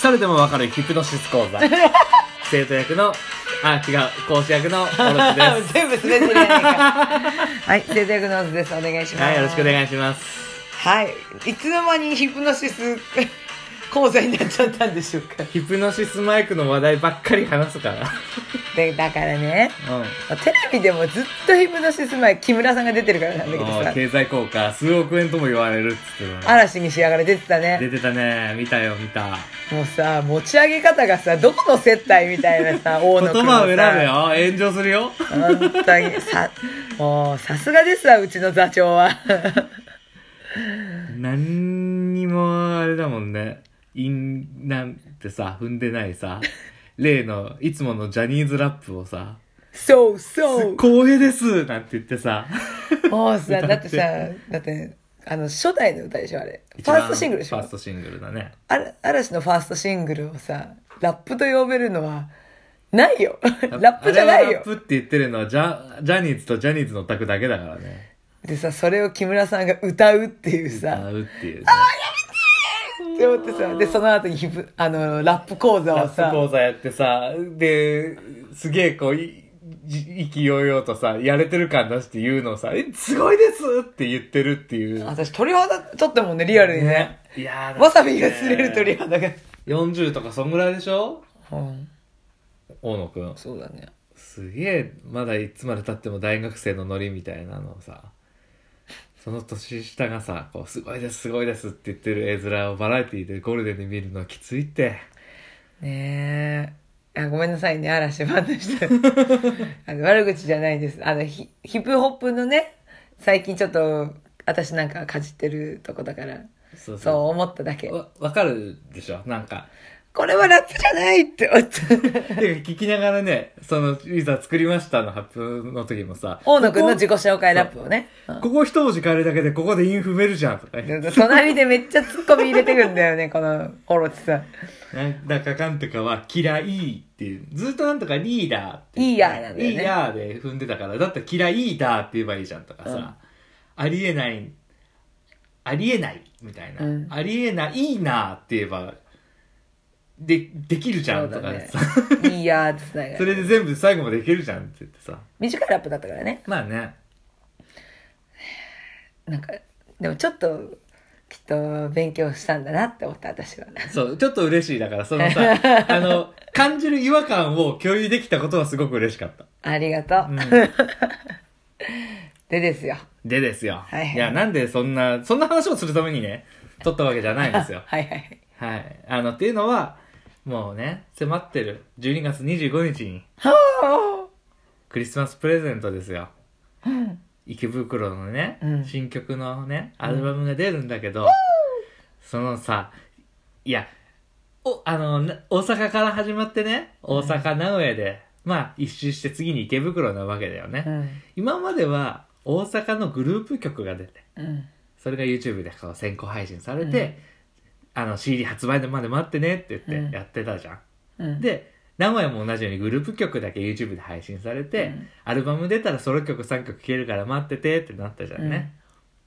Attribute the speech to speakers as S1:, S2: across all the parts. S1: 人でもわかるヒプノシス講 座生徒役のあ違う講師役のオロチで
S2: 全部滑ってるやないかはい生徒役のオズですお願いし
S1: す
S2: ます
S1: はいよろしくお
S2: い
S1: 願いします
S2: はいいつの間にヒプノシス講座になっちゃったんでしょうか
S1: ヒプノシスマイクの話題ばっかり話すから
S2: でだからね
S1: うん
S2: テレビでもずっとヒプノシス前木村さんが出てるからなんだけど
S1: あー
S2: さ
S1: 経済効果数億円とも言われるっつってたのに
S2: 嵐に仕上がり出てたね
S1: 出てたね見たよ見た
S2: もうさ持ち上げ方がさどこの接待みたいなさ大
S1: 言
S2: 野君
S1: 葉を選べよ
S2: よ
S1: 炎上するよ
S2: 本当にさもうさすがですわうちの座 長は
S1: 何にもあれだもんねインなんてさ踏んでないさ例のいつものジャニーズラップをさ
S2: そう
S1: 「
S2: そう
S1: 光栄です」なんて言ってさ
S2: もう
S1: 歌
S2: さ、
S1: って
S2: だってさ、だって、あの、初代の歌でしょ、あれ。フ
S1: 一
S2: ァ
S1: 番
S2: ーストシングルでし
S1: ファ
S2: ょ
S1: ース。トシングルだね
S2: あら嵐のファーストシングルをさ、ラップと呼べるのは、ないよ。ラップじゃないよ
S1: あれはラッ。プって言ってるのはジャジャニーズとジャニーズのタクだけだからね
S2: でさ、それを木村さんが歌うっていうさ、
S1: 歌うっていうね、
S2: って思ってさ、で、その後にヒップ、あの、ラップ講座を
S1: ラップ講
S2: さ、
S1: 座やってさ、で、すげえこう、いじ意気揚々とさ、やれてる感出して言うのをさ、え、すごいですって言ってるっていう。
S2: 私鳥肌立ったもんね、リアルにね。。
S1: いやー
S2: わさびが擦れる鳥。
S1: だってね
S2: 肌が。
S1: 40とかそんぐらいでしょ
S2: うん、
S1: 大野くん。
S2: そうだね。
S1: すげえ、まだいつまで経っても大学生のノリみたいなのをさ、その年下がさ、こう、すごいです、すごいですって言ってる絵面をバラエティでゴールデンで見るのはきついって。
S2: ねえ。あごめんなさいね、嵐ファンの人。あの悪口じゃないです。あの、ヒヒップホップのね、最近ちょっと、私なんかかじってるとこだから、
S1: そ
S2: そう思っただけ。
S1: わ、わかるでしょなんか。
S2: これはラップじゃないって思 った。
S1: てか聞きながらね、その、いざ作りましたの発表の時もさ、
S2: 大野くんの自己紹介ラップをね。うん
S1: ここ一文字変えるだけでここでインフメるじゃんとか言っ
S2: で隣でめっちゃツッコミ入れてくんだよね、このオロチさん。
S1: て、なんだかかんとかは嫌いっていう、ずっとなんとかリーダーって。
S2: いいやーなんだよね
S1: いいやーで踏んでたから、だったら嫌いだーって言えばいいじゃんとかさ、
S2: うん
S1: ありえない、ありえないみたいな、
S2: うん
S1: ありえないいいなーって言えば、で、できるじゃんとかさ、
S2: そうだねいいやーってつなが
S1: それ
S2: る。
S1: で全部最後までいけるじゃんって言ってさ、
S2: 短いラップだったからね。
S1: まあね、
S2: なんか、でもちょっと、きっと勉強したんだなって思った、私は。
S1: そう、ちょっと嬉しい。だから、そのさ、 あの、感じる違和感を共有できたことはすごく嬉しかった。
S2: ありがとう。
S1: うん
S2: でですよ。
S1: でですよ。
S2: はいはい。
S1: や、なんでそんな、そんな話をするためにね、撮ったわけじゃないんですよ
S2: はいはい
S1: はい。あの、っていうのは、もうね、迫ってる12月25日に、
S2: は
S1: クリスマスプレゼントですよ。
S2: あ。うん。
S1: 池袋のね、
S2: うん
S1: 新曲のね、アルバムが出るんだけど、そのさ、いや、お、あの、な大阪から始まってね、大阪名古屋で、まあ一周して次に池袋なわけだよね。
S2: うん。
S1: 今までは大阪のグループ曲が出て、
S2: うん。
S1: それが YouTube でこう先行配信されて、あの CD 発売まで待ってねって言
S2: う
S1: っ
S2: ん
S1: てやってたじゃん。
S2: うん。、
S1: で、名古屋も同じようにグループ曲だけ YouTube で配信されて、
S2: うん
S1: アルバム出たらソロ曲3曲聴けるから待っててってなったじゃんね。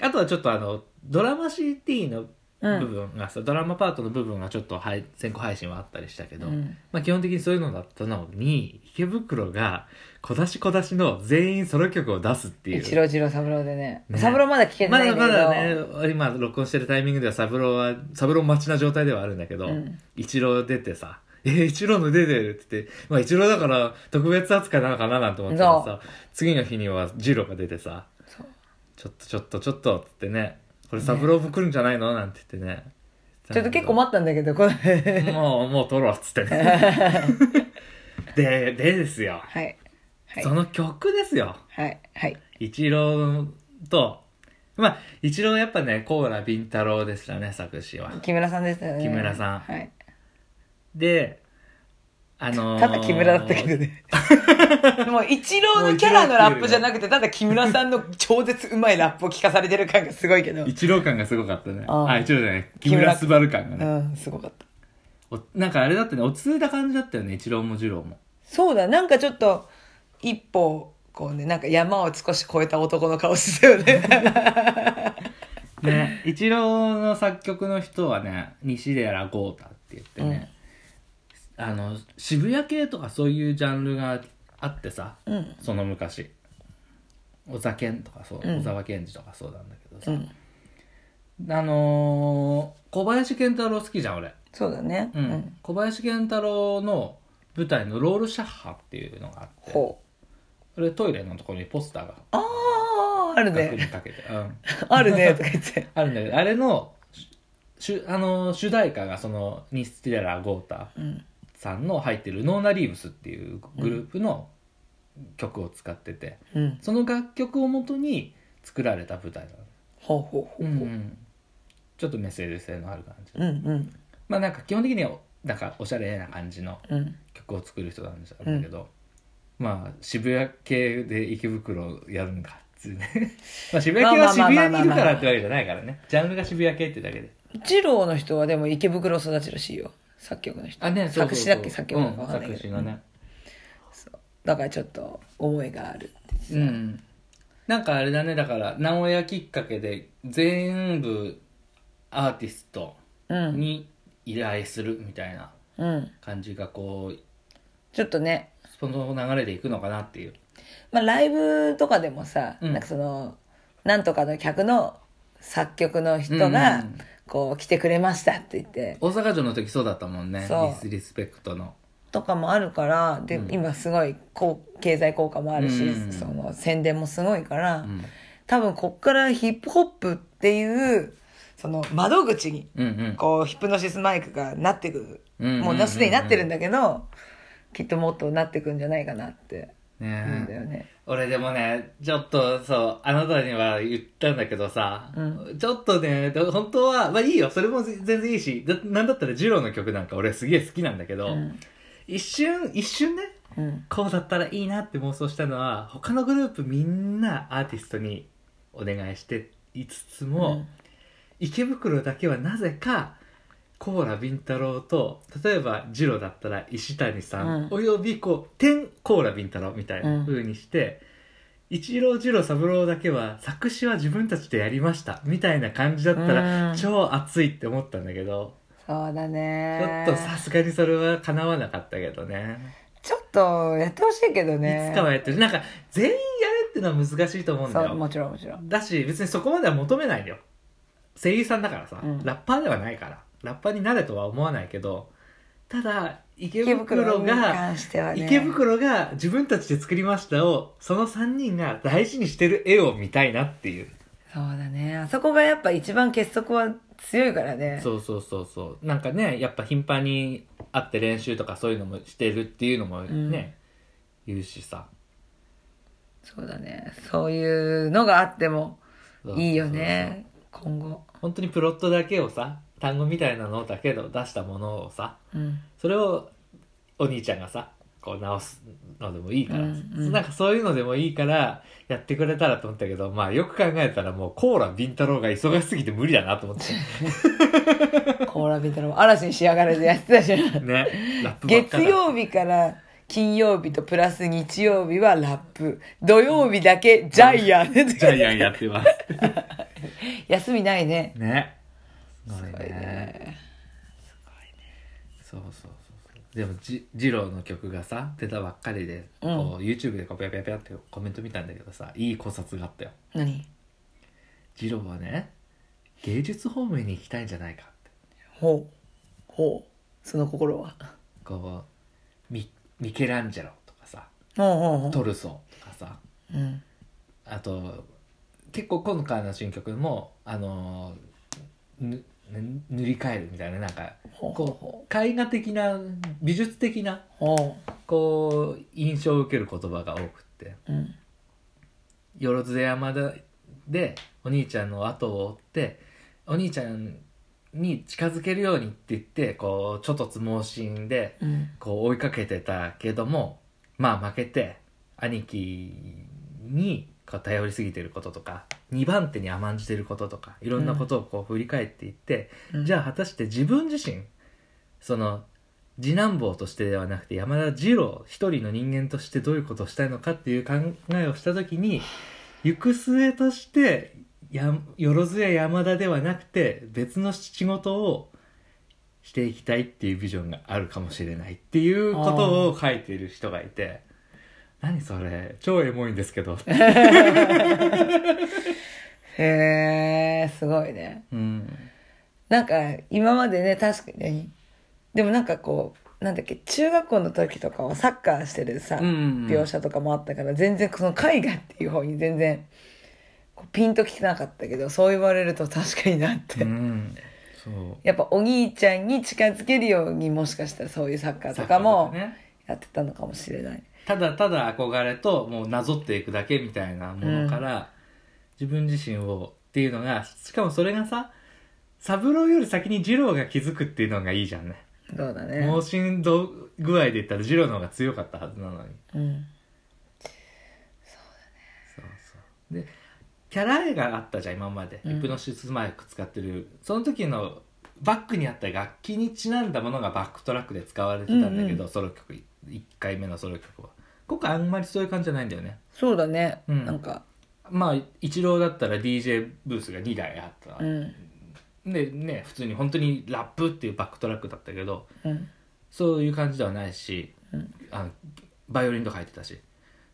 S1: あとはちょっとあの、ドラマ CD の部分がさ、ドラマパートの部分がちょっと配先行配信はあったりしたけど、
S2: うん
S1: まあ基本的にそういうのだったのに、池袋が小出し小出しの全員ソロ曲を出すっていう。
S2: 一郎二郎三郎でね。
S1: ね
S2: 三郎まだ聞けて
S1: ま
S2: ない
S1: だ
S2: んだ
S1: ま
S2: けど。
S1: だね、今録音してるタイミングではサブローは、サブロー待ちな状態ではあるんだけど、
S2: うん
S1: 一郎出てさ、えー、一郎の出てるって言って、まあ一郎だから特別扱いなのかななんて思ってたらさ、次の日にはジロが出てさ、
S2: そう
S1: ちょっとちょっとちょっとっつってね、これサブローも来るんじゃないのなんて言ってね。
S2: ちょっと結構待ったんだけど、この は
S1: もう、もう撮ろうっつってね。 で、でですよ、
S2: い。はい
S1: そ。の曲ですよ。
S2: はい。はい。
S1: 一郎と、まあ、一郎やっぱね、コーラビンタロウでしたね、作詞は。
S2: 木村さんでしたよね。
S1: 木村さん
S2: はい。
S1: で、あのー、
S2: ただ木村だったけ どね。もう一郎のキャラのラップじゃなくて、ただ木村さんの超絶うまいラップを聞かされてる感がすごいけど。
S1: 一郎感がすごかったね。
S2: あー
S1: あ、一郎じゃない。
S2: 木
S1: 木
S2: 村
S1: 村昴感が
S2: う
S1: ね、
S2: ん、すごかった。
S1: おなんかあれだったね、落ち着いた感じだったよね、一郎も二郎も。
S2: そうだ、なんかちょっと、一歩、こうね、なんか山を少し越えた男の顔してたよね。
S1: ね、一郎の作曲の人はね、西寺豪太って言ってね、あの渋谷系とかそういうジャンルがあってさ
S2: うん
S1: その昔小沢健とかそう、
S2: うん
S1: 小沢健二とかそうなんだけど
S2: う
S1: さ、
S2: ん
S1: あのー小林健太郎好きじゃん俺、
S2: そうだね
S1: うん小林健太郎の舞台の「ロールシャッハ」っていうのがあって
S2: ほう
S1: それトイレのところにポスターが
S2: ああある
S1: 額に
S2: ね
S1: かけて、うん、
S2: あるねとか言って
S1: あるんだけどあれのしゅあの主題歌がそのニスティラ・ゴータ
S2: うん
S1: さんの入ってる「ノーナ・リーブス」っていうグループの曲を使ってて、
S2: うん
S1: その楽曲をもとに作られた舞台なの、
S2: ほうほうほうほう
S1: ちょっとメッセージ性のある感じ、
S2: うんうん
S1: まあなんか基本的にはなんかおしゃれな感じの
S2: うん
S1: 曲を作る人なんだけど、まあ渋谷系で池袋やるんかっていうね まあ渋谷系は渋谷にいるからってわけじゃないからねジャンルが渋谷系ってだけで
S2: 二郎の人はでも池袋育ちらしいよ作曲の人
S1: あね
S2: 作詞だっけ作曲
S1: う
S2: なの
S1: ん
S2: かわかんない
S1: 作
S2: け
S1: 詞
S2: ど、
S1: のね
S2: だからちょっと思いがあるって
S1: うん、なんかあれだねだから直屋きっかけで全部アーティスト
S2: うん
S1: に依頼するみたいな
S2: うん
S1: 感じがこう
S2: ちょっとね
S1: その流れでいくのかなっていう
S2: まあ、ライブとかでもさ、
S1: うん
S2: なんかそのなんとかの客の作曲の人
S1: うんう
S2: が
S1: んうん
S2: こう来てくれましたって言って、
S1: 大阪城の時そうだったもんね
S2: そう
S1: リスリスペクトの
S2: とかもあるからで、
S1: うん
S2: 今すごいこう経済効果もあるし、
S1: うんうん
S2: その宣伝もすごいか
S1: う
S2: ら、
S1: ん
S2: 多分こっからヒップホップっていうその窓口に
S1: うんうん
S2: こうヒプノシスマイクがなってく
S1: うんうんうんうん
S2: もうすでになってるんだけどきっともっとなってくんじゃないかなって
S1: ね
S2: 思うんだよね。
S1: 俺でもねちょっとそうあなたには言ったんだけどさ、
S2: う
S1: ちょっとねで本当はまあいいよそれも全然いいしだなんだったら二郎の曲なんか俺すげえ好きなんだけど、
S2: うん
S1: 一瞬一瞬ね
S2: うん
S1: こうだったらいいなって妄想したのは他のグループみんなアーティストにお願いしていつつも、
S2: うん
S1: 池袋だけはなぜかコーラビンタロウと例えばジロだったら石谷さん、
S2: うん
S1: およびこう天コーラビンタロウみたいな風にして、一郎二郎三郎だけは作詞は自分たちでやりましたみたいな感じだったら、
S2: うん
S1: 超熱いって思ったんだけど、
S2: そうだ
S1: ち
S2: ね
S1: ょっとさすがにそれは叶わなかったけどね
S2: ちょっとやってほしいけどね。
S1: いつかはやってるなんか全員やれってのは難しいと思うんだ
S2: そう、
S1: よ
S2: もちろんもちろん。
S1: だし別にそこまでは求めないよ声優さんだからさ、
S2: うん
S1: ラッパーではないからラッパーになれとは思わないけどただ池
S2: 池
S1: 袋
S2: 袋に
S1: が
S2: 関してはね。
S1: 池袋が自分たちで作りましたをその3人が大事にしてる絵を見たいなっていう
S2: そうだね。あそこがやっぱ一番結束は強いからね。
S1: そうそうそうそうなんかねやっぱ頻繁に会って練習とかそういうのもしてるっていうのもね、言うしさ
S2: そうだね。そういうのがあっても
S1: そう
S2: いいよ
S1: そうそう
S2: ね。今後。
S1: 本当にプロットだけをさ単語みたいなのだけど出したものをさ
S2: うん。
S1: それをお兄ちゃんがさこう直すのでもいいから、
S2: うんうん
S1: なんかそういうのでもいいからやってくれたらと思ったけどまあよく考えたらもうコーラビンタロウが忙しすぎて無理だなと思って
S2: コーラビートの嵐に仕上がれでやって たじゃん。
S1: ねラップばっか
S2: 月
S1: だ
S2: 曜日から金曜日とプラス日曜日はラップ。土曜日だけジャイアン。
S1: ジャイアンやってます
S2: 休みないね。
S1: ねす
S2: すごいね。
S1: そうそうそうそうでもじ二郎の曲がさ出たばっかりで、
S2: うん
S1: こう YouTube でこうピャピャピャってコメント見たんだけどさいい考察があったよ
S2: 何
S1: 二郎はね芸術方面に行きたいんじゃないかって
S2: ほう。ほう。その心は。
S1: こうミミケランジェロとかさ
S2: ほうほうほう。
S1: トルソーとかさ
S2: うん
S1: あと結構今回の新曲もあのぬぬ塗り替えるみたいななんか
S2: ほうほう
S1: こ
S2: ほ
S1: う絵画的な美術的な
S2: ほ
S1: こう印象を受ける言葉が多くって
S2: う、うん、
S1: よろず山ででお兄ちゃんの後を追ってお兄ちゃんに近づけるようにって言ってこうちょっとつ盲信で
S2: うん、
S1: こう追いかけてたけどもまあ負けて兄貴にこう頼りすぎてることとか2番手に甘んじてることとかいろんなことをこう振り返っていって、
S2: うん
S1: じゃあ果たして自分自身その次男坊としてではなくて山田二郎一人の人間としてどういうことをしたいのかっていう考えをした時に行く末としてやよろずや山田ではなくて別の仕事をしていきたいっていうビジョンがあるかもしれないっていうことを書いている人がいて何それ超エモいんですけど、
S2: へえすごいね
S1: うん、
S2: なんか今までね確かにでもなんかこうなんだっけ中学校の時とかはサッカーしてるさ、
S1: うんうん
S2: 描写とかもあったから全然その絵画っていう方に全然こうピンときてなかったけどそう言われると確かになって、
S1: うん、そう
S2: やっぱお兄ちゃんに近づけるようにもしかしたらそういうサッカーとかも
S1: サッカーとかね
S2: やってたのかもしれない、
S1: ただただ憧れともうなぞっていくだけみたいなものから、自分自身をっていうのがしかもそれがさ三郎より先に二郎が気づくっていうのがいいじゃんね
S2: そうだね
S1: 盲信度具合で言ったら二郎の方が強かったはずなのに
S2: うん
S1: そうそうでキャラ絵があったじゃん今まで
S2: うん
S1: ヒプノシスマイク使ってる、その時のバックにあった楽器にちなんだものがバックトラックで使われてたんだけど、
S2: うん
S1: ソロ曲1回目のソロ曲は今回あんまりそういう感じじゃないんだよね
S2: そうだね、
S1: うん
S2: なんか
S1: まあ一郎だったら DJ ブースが2台あった、
S2: うん
S1: でね普通に本当にラップっていうバックトラックだったけど
S2: うん
S1: そういう感じではないし、
S2: うん
S1: あのバイオリンとか入ってたし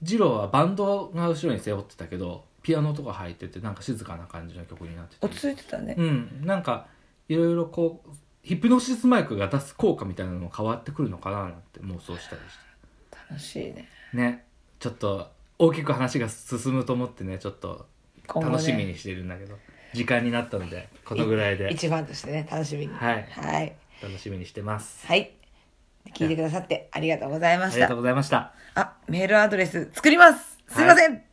S1: 二郎はバンドが後ろに背負ってたけどピアノとか入っててなんか静かな感じの曲になってて
S2: 落ち着いてたね
S1: うんなんかいろいろこうヒプノシスマイクが出す効果みたいなのも変わってくるのかななんて妄想したりし
S2: 楽しいね
S1: てねちょっと大きく話が進むと思ってねちょっと
S2: 今後ね
S1: 楽しみにしてるんだけど、時間になったのでこのぐらいで
S2: 一番としてね楽しみに
S1: はい
S2: はい、
S1: 楽しみにしてます
S2: はい聞いてくださってありがとうございま
S1: あ
S2: し
S1: りが
S2: た
S1: とうございました
S2: あメールアドレス作りますすいません、